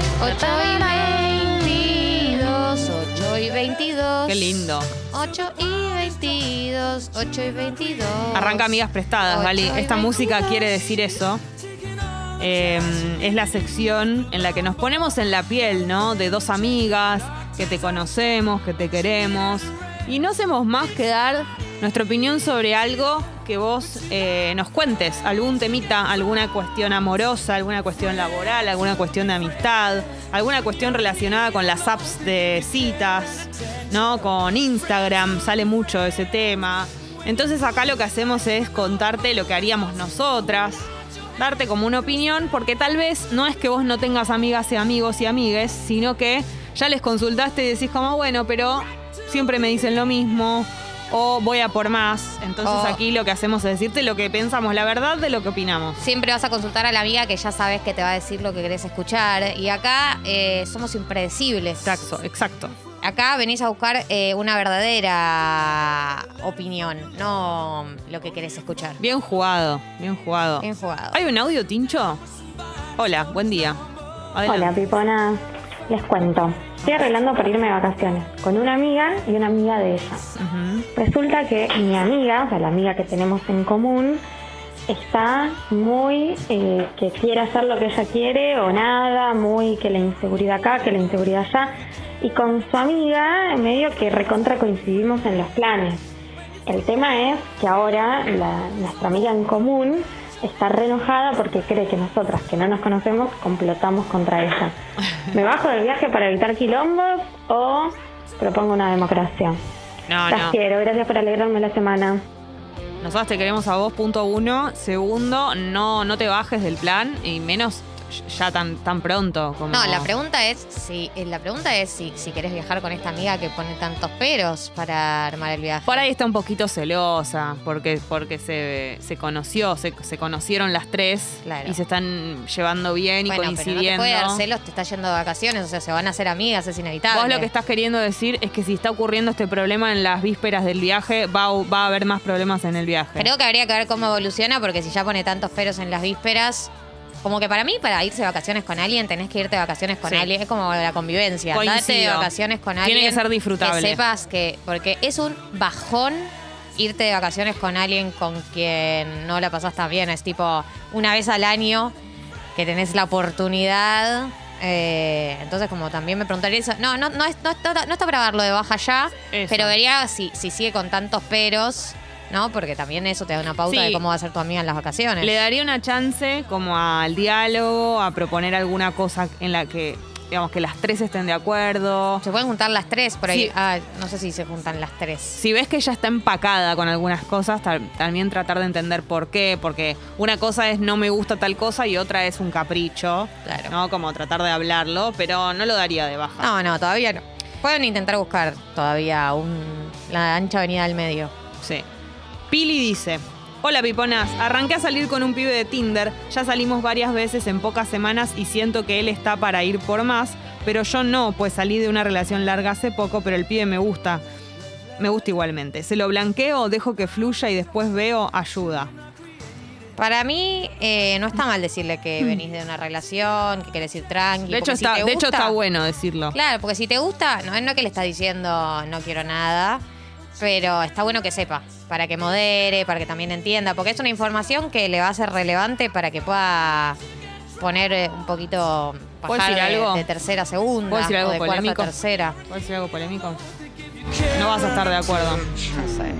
8 y 22, 8 y 22. Qué lindo. 8 y 22, 8 y 22. Arranca Amigas Prestadas, Gali. Ocho y Esta música 22. quiere decir eso. Eh, es la sección en la que nos ponemos en la piel, ¿no? De dos amigas que te conocemos, que te queremos. Y no hacemos más que dar nuestra opinión sobre algo que vos eh, nos cuentes. Algún temita, alguna cuestión amorosa, alguna cuestión laboral, alguna cuestión de amistad, alguna cuestión relacionada con las apps de citas, ¿no? Con Instagram, sale mucho ese tema. Entonces acá lo que hacemos es contarte lo que haríamos nosotras, darte como una opinión, porque tal vez no es que vos no tengas amigas y amigos y amigues, sino que ya les consultaste y decís como, bueno, pero siempre me dicen lo mismo o voy a por más. Entonces O- aquí lo que hacemos es decirte lo que pensamos, la verdad de lo que opinamos. Siempre vas a consultar a la amiga que ya sabes que te va a decir lo que querés escuchar. Y acá eh, somos impredecibles. Exacto, exacto. Acá venís a buscar eh, una verdadera opinión, no lo que querés escuchar. Bien jugado, bien jugado. Bien jugado. ¿Hay un audio, Tincho? Hola, buen día. Adelante. Hola, Pipona. Les cuento. Estoy arreglando para irme de vacaciones con una amiga y una amiga de ella. Ujú. Resulta que mi amiga, o sea, la amiga que tenemos en común, está muy eh, que quiere hacer lo que ella quiere o nada, muy que la inseguridad acá, que la inseguridad allá. Y con su amiga, medio que recontra coincidimos en los planes. El tema es que ahora la- nuestra amiga en común está re enojada porque cree que nosotras, que no nos conocemos, complotamos contra ella. ¿Me bajo del viaje para evitar quilombos o propongo una democracia? No, Las no. quiero, gracias por alegrarme la semana. Nosotros te queremos a vos, punto uno. Segundo, no, no te bajes del plan y menos ya tan, tan pronto. Como... No, la pregunta es si eh, la pregunta es si, si querés viajar con esta amiga que pone tantos peros para armar el viaje. Por ahí está un poquito celosa porque, porque se, se conoció, se, se conocieron las tres Claro. y se están llevando bien y bueno, pero no te coincidiendo. puede dar celos, te está yendo de vacaciones, o sea, se van a hacer amigas, es inevitable. Vos lo que estás queriendo decir es que si está ocurriendo este problema en las vísperas del viaje, va, a- va a haber más problemas en el viaje. Creo que habría que ver cómo evoluciona, porque si ya pone tantos peros en las vísperas, como que para mí, para irse de vacaciones con alguien, tenés que irte de vacaciones con Sí. alguien. Es como la convivencia. Coincido. Andate de vacaciones con Tiene alguien. que ser disfrutable. Que sepas que, porque es un bajón irte de vacaciones con alguien con quien no la pasás tan bien. Es tipo una vez al año que tenés la oportunidad. eh, entonces, como también me preguntaría eso. No, no, no, es- no, está- no está para darlo de baja ya, Eso. pero vería si, si sigue con tantos peros, ¿no? Porque también eso te da una pauta Sí. de cómo va a ser tu amiga en las vacaciones. Le daría una chance como al diálogo, a proponer alguna cosa en la que, digamos, que las tres estén de acuerdo. Se pueden juntar las tres por ahí. Sí. Ah, no sé si se juntan las tres. Si ves que ella está empacada con algunas cosas, tal- también tratar de entender por qué, porque una cosa es no me gusta tal cosa y otra es un capricho, Claro. ¿no? Como tratar de hablarlo, pero no lo daría de baja. No, no, todavía no. Pueden intentar buscar todavía un, la ancha avenida del medio. Sí. Pili dice. Hola Piponas, arranqué a salir con un pibe de Tinder, ya salimos varias veces en pocas semanas y siento que él está para ir por más, pero yo no, pues salí de una relación larga hace poco, pero el pibe me gusta, me gusta igualmente. Se lo blanqueo, dejo que fluya y después veo ayuda. Para mí, eh, no está mal decirle que venís de una relación, que querés ir tranqui. Mm. De hecho, porque si está, te de hecho gusta- está bueno decirlo. Claro, porque si te gusta, no es no que le estás diciendo no quiero nada, pero está bueno que sepa, para que modere, para que también entienda, porque es una información que le va a ser relevante para que pueda poner eh, un poquito ¿Puedo bajar decir de, algo? de tercera a segunda ¿Puedo decir algo o de polémico? cuarta a tercera. ¿Puedo decir algo polémico? No vas a estar de acuerdo. No sé.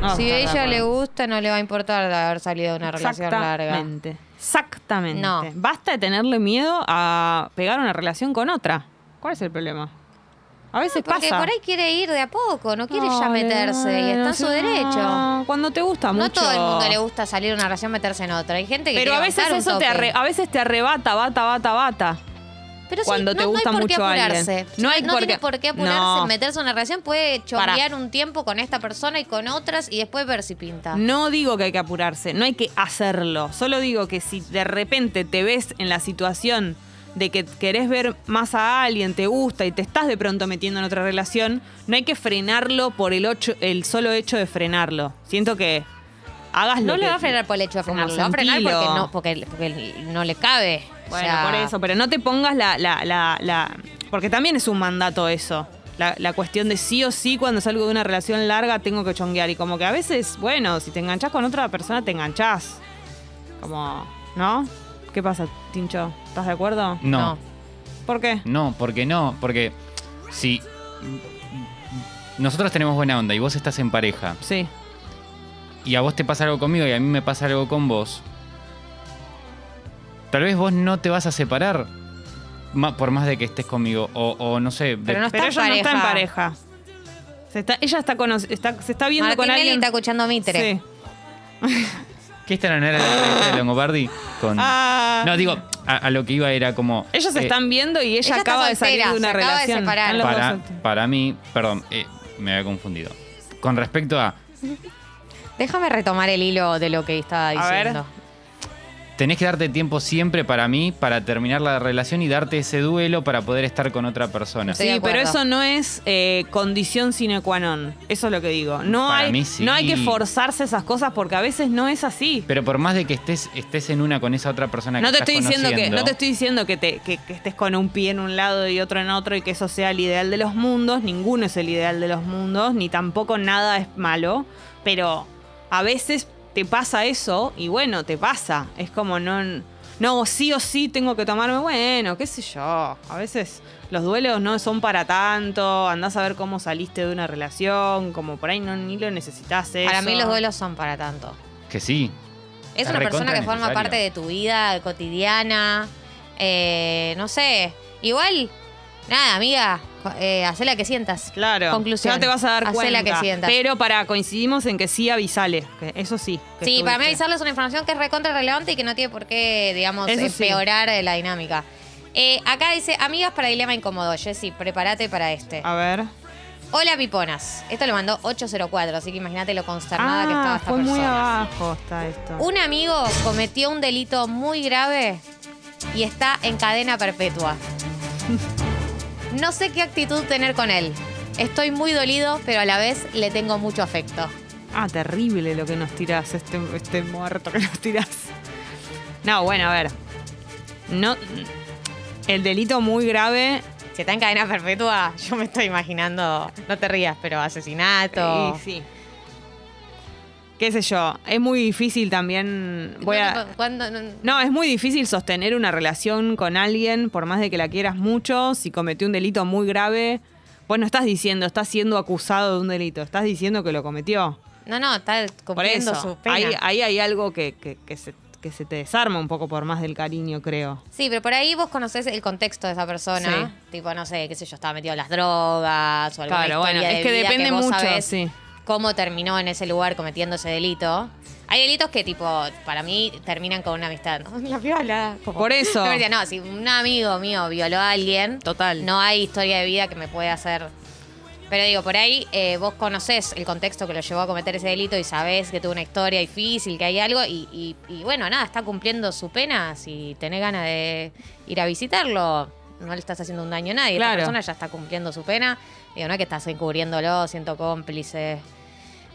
No vas a si a estar de ella le acuerdo. gusta, no le va a importar de haber salido de una relación larga. Exactamente. Exactamente. No. Basta de tenerle miedo a pegar una relación con otra. ¿Cuál es el problema? A veces Porque pasa. por ahí quiere ir de a poco, no quiere ya Ay, meterse y bueno, está en sí, su derecho. no. Cuando te gusta mucho. No todo el mundo le gusta salir de una relación meterse en otra. Hay gente que Pero quiere a veces bancar un eso toque. te arre- a veces te arrebata, bata, bata, bata. Pero sí, cuando no- te gusta no hay por qué mucho alguien. apurarse. No No, hay por tiene qué- por qué apurarse No. en meterse en una relación. Puede Pará. chorrear un tiempo con esta persona y con otras y después ver si pinta. No digo que hay que apurarse, no hay que hacerlo. Solo digo que si de repente te ves en la situación de que querés ver más a alguien, te gusta y te estás de pronto metiendo en otra relación, no hay que frenarlo por el, ocho- el solo hecho de frenarlo. Siento que hagas lo No le que- va a frenar por el hecho de como frenar, lo va a frenar porque sentilo. no, porque, porque no le cabe. O Bueno, sea, por eso, pero no te pongas la, la, la, la- Porque también es un mandato eso. La, la cuestión de sí o sí, cuando salgo de una relación larga, tengo que chonguear. Y como que a veces, bueno, si te enganchás con otra persona, te enganchás. Como, ¿no? ¿Qué pasa, Tincho? ¿Estás de acuerdo? No. No, ¿Por qué? no, porque no, porque si nosotros tenemos buena onda y vos estás en pareja Sí. y a vos te pasa algo conmigo y a mí me pasa algo con vos, tal vez vos no te vas a separar ma- por más de que estés conmigo o, o no sé. de- Pero no Pero en ella no está en pareja. pareja. Se está, ella está, cono- está- se está viendo Martín con Meli alguien. está escuchando Mitre. Sí. ¿Qué esta no era la entrevista de Longobardi? Con... Ah. No, digo, a, a lo que iba era como... Ellos se eh, están viendo y ella, ella está acaba de salir soltera, de una se acaba de relación. separar. Están los dos Para, solteros. para mí, perdón, eh, me había confundido. Con respecto a, Déjame retomar el hilo de lo que estaba A ver. diciendo. tenés que darte tiempo siempre para mí, para terminar la relación y darte ese duelo para poder estar con otra persona. Estoy de Sí, pero acuerdo. eso no es eh, condición sine qua non. Eso es lo que digo. No Para hay, mí sí. no hay que forzarse esas cosas porque a veces no es así. Pero por más de que estés, estés en una con esa otra persona que No te, estás estoy diciendo que, conociendo, no te estoy diciendo que, te, que- que estés con un pie en un lado y otro en otro y que eso sea el ideal de los mundos. Ninguno es el ideal de los mundos, ni tampoco nada es malo. Pero a veces te pasa eso y bueno, te pasa. Es como no. No, sí o sí tengo que tomarme, bueno, qué sé yo. A veces los duelos no son para tanto. Andás a ver cómo saliste de una relación, como por ahí no ni lo necesitas. Para eso. mí los duelos son para tanto. Que sí. Es Es una persona recontra que forma necesario. parte de tu vida cotidiana. eh, no sé. Igual, nada, amiga, eh, hacé la que sientas. Claro. Conclusión. No te vas a dar Hacé cuenta. la que sientas. Pero para coincidimos en que sí avisale. que eso sí. que Sí, para mí estuviste. avisarles una información que es recontra relevante y que no tiene por qué, digamos, Eso sí. empeorar eh, la dinámica. Eh, acá dice, amigas para dilema incómodo. Jessy, prepárate para este. A ver. Hola, piponas. Esto lo mandó 804, así que imagínate lo consternada ah, que estaba esta fue muy persona. abajo está esto. Un amigo cometió un delito muy grave y está en cadena perpetua. No sé qué actitud tener con él. Estoy muy dolido, pero a la vez le tengo mucho afecto. Ah, terrible lo que nos tirás, este, este muerto que nos tirás. No, bueno, a ver. No. El delito muy grave. Si está en cadena perpetua, yo me estoy imaginando, no te rías, pero asesinato. y sí. Qué sé yo. Es muy difícil también. Voy No, a. no, cuando- no- No, es muy difícil sostener una relación con alguien, por más de que la quieras mucho, si cometió un delito muy grave. Vos no estás diciendo, estás siendo acusado de un delito, estás diciendo que lo cometió. no, no, está Por cumpliendo su eso, pena. ahí, ahí hay algo que, que- que se, que se te desarma un poco por más del cariño, creo. Sí, pero por ahí vos conocés el contexto de esa persona. Tipo, no sé, qué sé yo, estaba metido en las drogas o alguna Claro, bueno, historia de es que vida depende vos mucho, sabés sí. cómo terminó en ese lugar cometiendo ese delito. Hay delitos que, tipo, para mí terminan con una amistad. ¿no? La viola. como- Por eso. No, mentira, no, si un amigo mío violó a alguien, Total. no hay historia de vida que me pueda hacer. Pero digo, por ahí eh, vos conocés el contexto que lo llevó a cometer ese delito y sabés que tuvo una historia difícil, que hay algo, y, y- y bueno, nada, está cumpliendo su pena. Si tenés ganas de ir a visitarlo, no le estás haciendo un daño a nadie. Claro. La persona ya está cumpliendo su pena. Digo, no es que estás encubriéndolo, siento cómplice.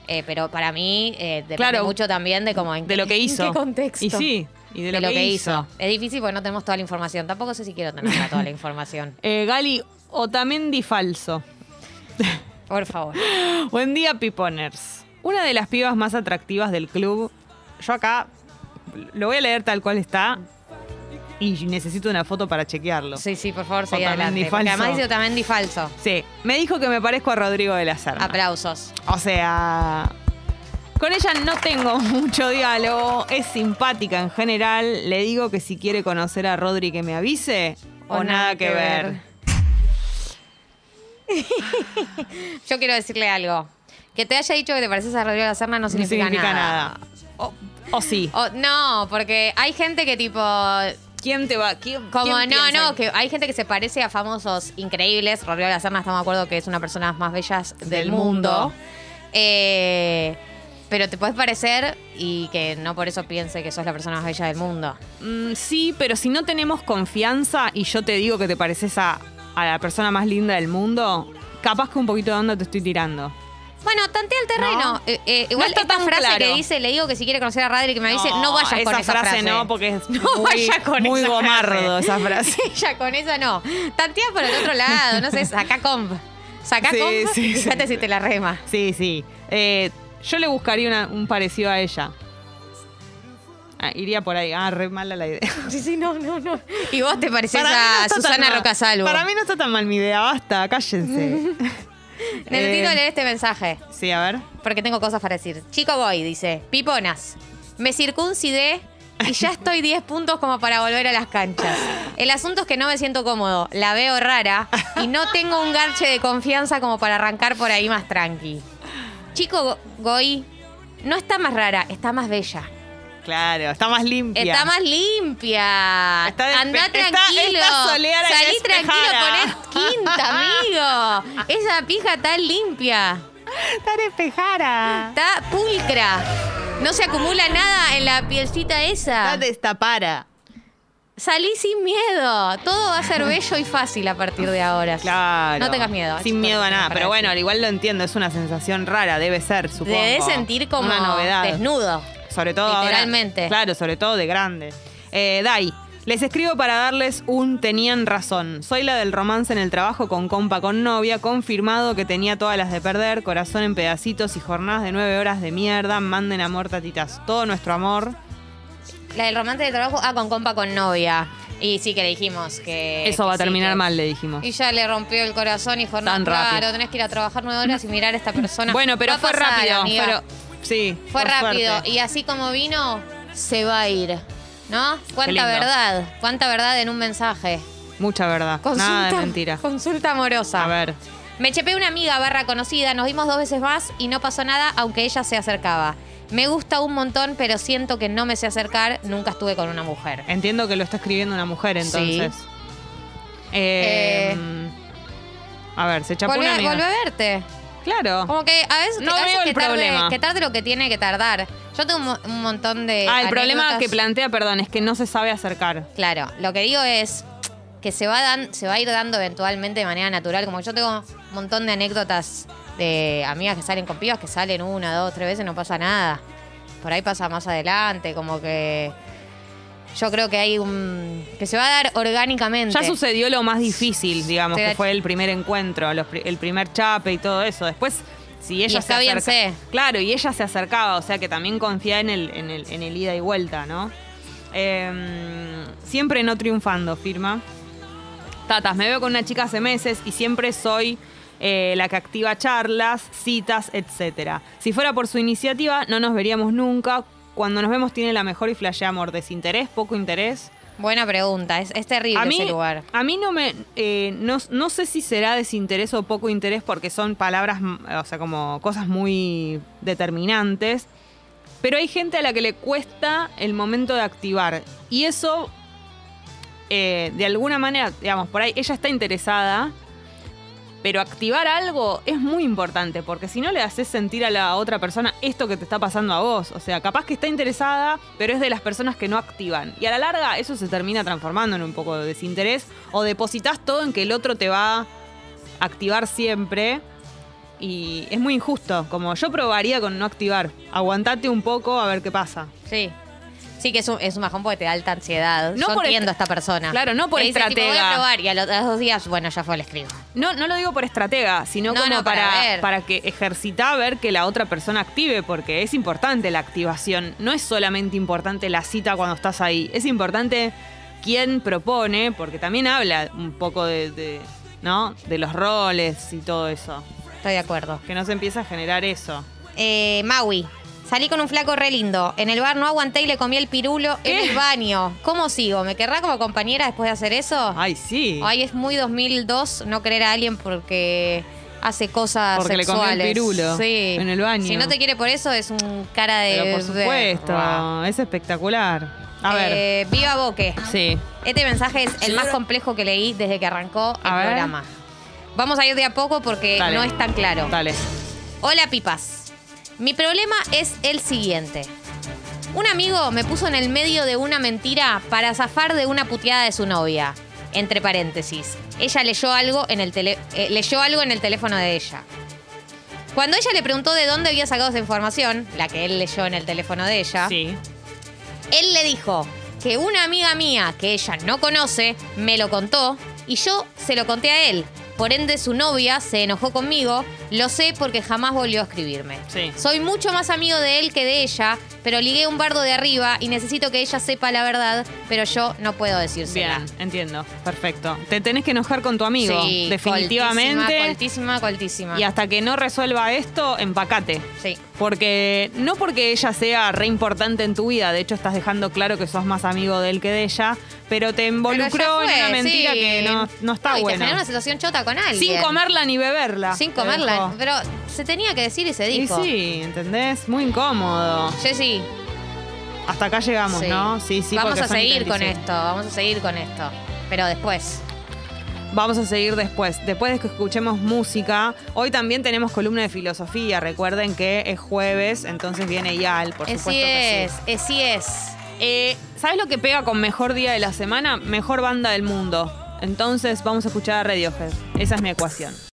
Eh, pero para mí eh, depende Claro. mucho también de cómo en De lo que en hizo. qué contexto. Y sí, y de lo, que, hizo. Es difícil porque no tenemos toda la información. Tampoco sé si quiero tener toda la información. Eh, Gali, Otamendi falso. Por favor. Buen día, Piponers. Una de las pibas más atractivas del club. Yo acá lo voy a leer tal cual está. Y necesito una foto para chequearlo. Sí, sí, por favor, seguí Otamendi adelante. Porque falso. además dice Otamendi falso. Sí, me dijo que me parezco a Rodrigo de la Serna. Ah, Aplausos. O sea, con ella no tengo mucho diálogo, es simpática en general. Le digo que si quiere conocer a Rodri que me avise o, nada que, ver. Yo quiero decirle algo. Que te haya dicho que te pareces a Rodrigo de la Serna no No significa, nada. O, o sí. O- no, porque hay gente que tipo. ¿Quién te va? ¿Quién- Como, quién no, piensa no, que hay gente que se parece a famosos increíbles. Rodrigo de la Serna, estamos de acuerdo que es una persona de las más bellas del, Del mundo. mundo. Eh, pero te puedes parecer y que no por eso piense que sos la persona más bella del mundo. Mm, sí, pero si no tenemos confianza y yo te digo que te pareces a, a la persona más linda del mundo, capaz que un poquito de onda te estoy tirando. Bueno, tantea el terreno. No. Eh, eh, igual está esta tan frase que claro. dice, le digo que si quiere conocer a Radri que me avise, no, vayas con esa frase. no, porque es No muy, vaya con muy esa gomardo frase. esa frase. Ya con esa no. Tantea por el otro lado, no sé, saca comp. Saca Sí, comp sí, y sí. fíjate si te la rema. Sí, sí. Eh, yo le buscaría una- un parecido a ella. Ah, iría por ahí. Ah, re mala la idea. Sí, sí, no, no, no. Y vos te pareces mí no a está tan Susana mal. Rocasalvo. Para mí no está tan mal mi idea. Basta, cállense. Necesito Eh, leer este mensaje. Sí, a ver. Porque tengo cosas para decir. Chico voy, dice. Piponas. Me circuncidé y ya estoy 10 puntos como para volver a las canchas. El asunto es que no me siento cómodo. La veo rara y no tengo un garche de confianza como para arrancar por ahí más tranqui. Chico go- Goy no está más rara, está más bella. Claro, está más limpia. Está más limpia. Está despe- Andá está- tranquilo. está soleada y Salí tranquilo, despejada. ponés quinta, amigo. Esa pija está limpia. Está despejada. Está pulcra. No se acumula nada en la pielcita esa. Está destapara. Salí sin miedo. Todo va a ser bello y fácil a partir de ahora. Claro. No tengas miedo. Sin chicos, miedo a no nada. para Pero decir. bueno, al igual lo entiendo. Es una sensación rara. Debe ser, supongo. Te debes sentir como Una novedad. desnudo. Sobre todo ahora. Literalmente. claro, sobre todo de grande. Eh, Dai, les escribo para darles un tenían razón. Soy la del romance en el trabajo con compa con novia, confirmado que tenía todas las de perder, corazón en pedacitos y jornadas de nueve horas de mierda. Manden amor, tatitas. Todo nuestro amor. La del romance de trabajo, ah, con compa con novia. Y sí que le dijimos que. Eso va a sí, terminar que- mal, le dijimos. Eh, Y ya le rompió el corazón y jornada. Tan claro, rápido. tenés que ir a trabajar nueve horas y mirar a esta persona. Bueno, pero Va a fue pasar, rápido. amiga. pero- sí. Fue por rápido. suerte. Y así como vino, se va a ir. ¿No? Cuánta lindo. verdad. Cuánta verdad en un mensaje. Mucha verdad. Nada de mentira. Consulta amorosa. A ver. Me chepé una amiga barra conocida, nos vimos dos veces más y no pasó nada, aunque ella se acercaba. Me gusta un montón, pero siento que no me sé acercar, nunca estuve con una mujer. Entiendo que lo está escribiendo una mujer entonces. Eh, a ver, se chapó Volvé, una amiga. volvé a verte. Claro. Como que a veces, No a veces veo el que, tarde, problema. que tarde lo que tiene que tardar. Yo tengo un, mo- un montón de. ah, el problema que Eh, anécdotas. plantea, perdón, es que no se sabe acercar. Claro, lo que digo es que se va, dan, se va a ir dando eventualmente de manera natural. Como yo tengo un montón de anécdotas de amigas que salen con pibas, que salen una, dos, tres veces, no pasa nada. Por ahí pasa más adelante, como que yo creo que hay un... que se va a dar orgánicamente. Ya sucedió lo más difícil, digamos, Te la- que fue el primer encuentro, los pri- el primer chape y todo eso. Después, si ella se está bien, acerca- sé. Claro, y ella se acercaba, o sea que también confía en el, en el, en el ida y vuelta, ¿no? Eh, siempre no triunfando, firma. Tatas, me veo con una chica hace meses y siempre soy eh, la que activa charlas, citas, etc. Si fuera por su iniciativa, no nos veríamos nunca. Cuando nos vemos tiene la mejor y flashea amor. Desinterés, poco interés. Buena pregunta, es, es terrible A mí, ese lugar. a mí no me. eh, no, no sé si será desinterés o poco interés porque son palabras, mm, o sea, como cosas muy determinantes. Pero hay gente a la que le cuesta el momento de activar. Y eso, eh, de alguna manera, digamos, por ahí ella está interesada. Pero activar algo es muy importante, porque si no le haces sentir a la otra persona esto que te está pasando a vos. O sea, capaz que está interesada, pero es de las personas que no activan. Y a la larga eso se termina transformando en un poco de desinterés o depositas todo en que el otro te va a activar siempre. Y es muy injusto, como yo probaría con no activar. Aguantate un poco a ver qué pasa. Sí. Sí, que es un, es un bajón porque te da alta ansiedad. No Yo por entiendo a estra- esta persona. Claro, no por Que dice, tipo, voy a estratega. probar y a los, a los dos días, bueno, ya fue el escribo. No, no lo digo por estratega, sino No, como no, para para, ver. para, que ejercita ver que la otra persona active, porque es importante la activación. No es solamente importante la cita cuando estás ahí, es importante quién propone, porque también habla un poco de, de, ¿no? de los roles y todo eso. Estoy de acuerdo. Que no se empieza a generar eso. Eh, Maui. Salí con un flaco re lindo. En el bar no aguanté y le comí el pirulo ¿Qué? en el baño. ¿Cómo sigo? ¿Me querrá como compañera después de hacer eso? Ay, sí. Ay, es muy 2002 no querer a alguien porque hace cosas Porque le comió el sexuales. pirulo Sí. en el baño. Si no te quiere por eso es un cara de... Pero por supuesto, berra. es espectacular. A ver. Eh, viva Boque. sí. Este mensaje es el más complejo que leí desde que arrancó el A ver. programa. Vamos a ir de a poco porque Dale. eh, no es tan claro. Dale. Hola pipas. Mi problema es el siguiente. Un amigo me puso en el medio de una mentira para zafar de una puteada de su novia. Entre paréntesis. Ella leyó algo en el, tele- eh, leyó algo en el teléfono de ella. Cuando ella le preguntó de dónde había sacado esa información, la que él leyó en el teléfono de ella, Sí. él le dijo que una amiga mía que ella no conoce me lo contó y yo se lo conté a él. Por ende, su novia se enojó conmigo. Lo sé porque jamás volvió a escribirme. Sí. Soy mucho más amigo de él que de ella, pero ligué un bardo de arriba y necesito que ella sepa la verdad, pero yo no puedo decírsela. Bien, entiendo. Perfecto. Te tenés que enojar con tu amigo, Sí, definitivamente. Coltísima, coltísima, coltísima. Y hasta que no resuelva esto, empacate. Sí. Porque no porque ella sea re importante en tu vida, de hecho estás dejando claro que sos más amigo de él que de ella, pero te Pero ya involucró en fue, una mentira sí. que no, no está y te buena. generó una situación chota con alguien. Sin comerla ni beberla. Sin te comerla. dejó. Pero se tenía que decir y se Y dijo. sí, ¿entendés? Muy incómodo. Jessy, Hasta acá llegamos, Sí. ¿no? Sí, sí. Vamos porque a son seguir con 36. esto, vamos a seguir con esto. Pero después. Vamos a seguir después, después de que escuchemos música. Hoy también tenemos columna de filosofía. Recuerden que es jueves, entonces viene Yal, por supuesto. Así que es, sí. así es. Eh, ¿Sabes lo que pega con mejor día de la semana? Mejor banda del mundo. Entonces vamos a escuchar a Radiohead. Esa es mi ecuación.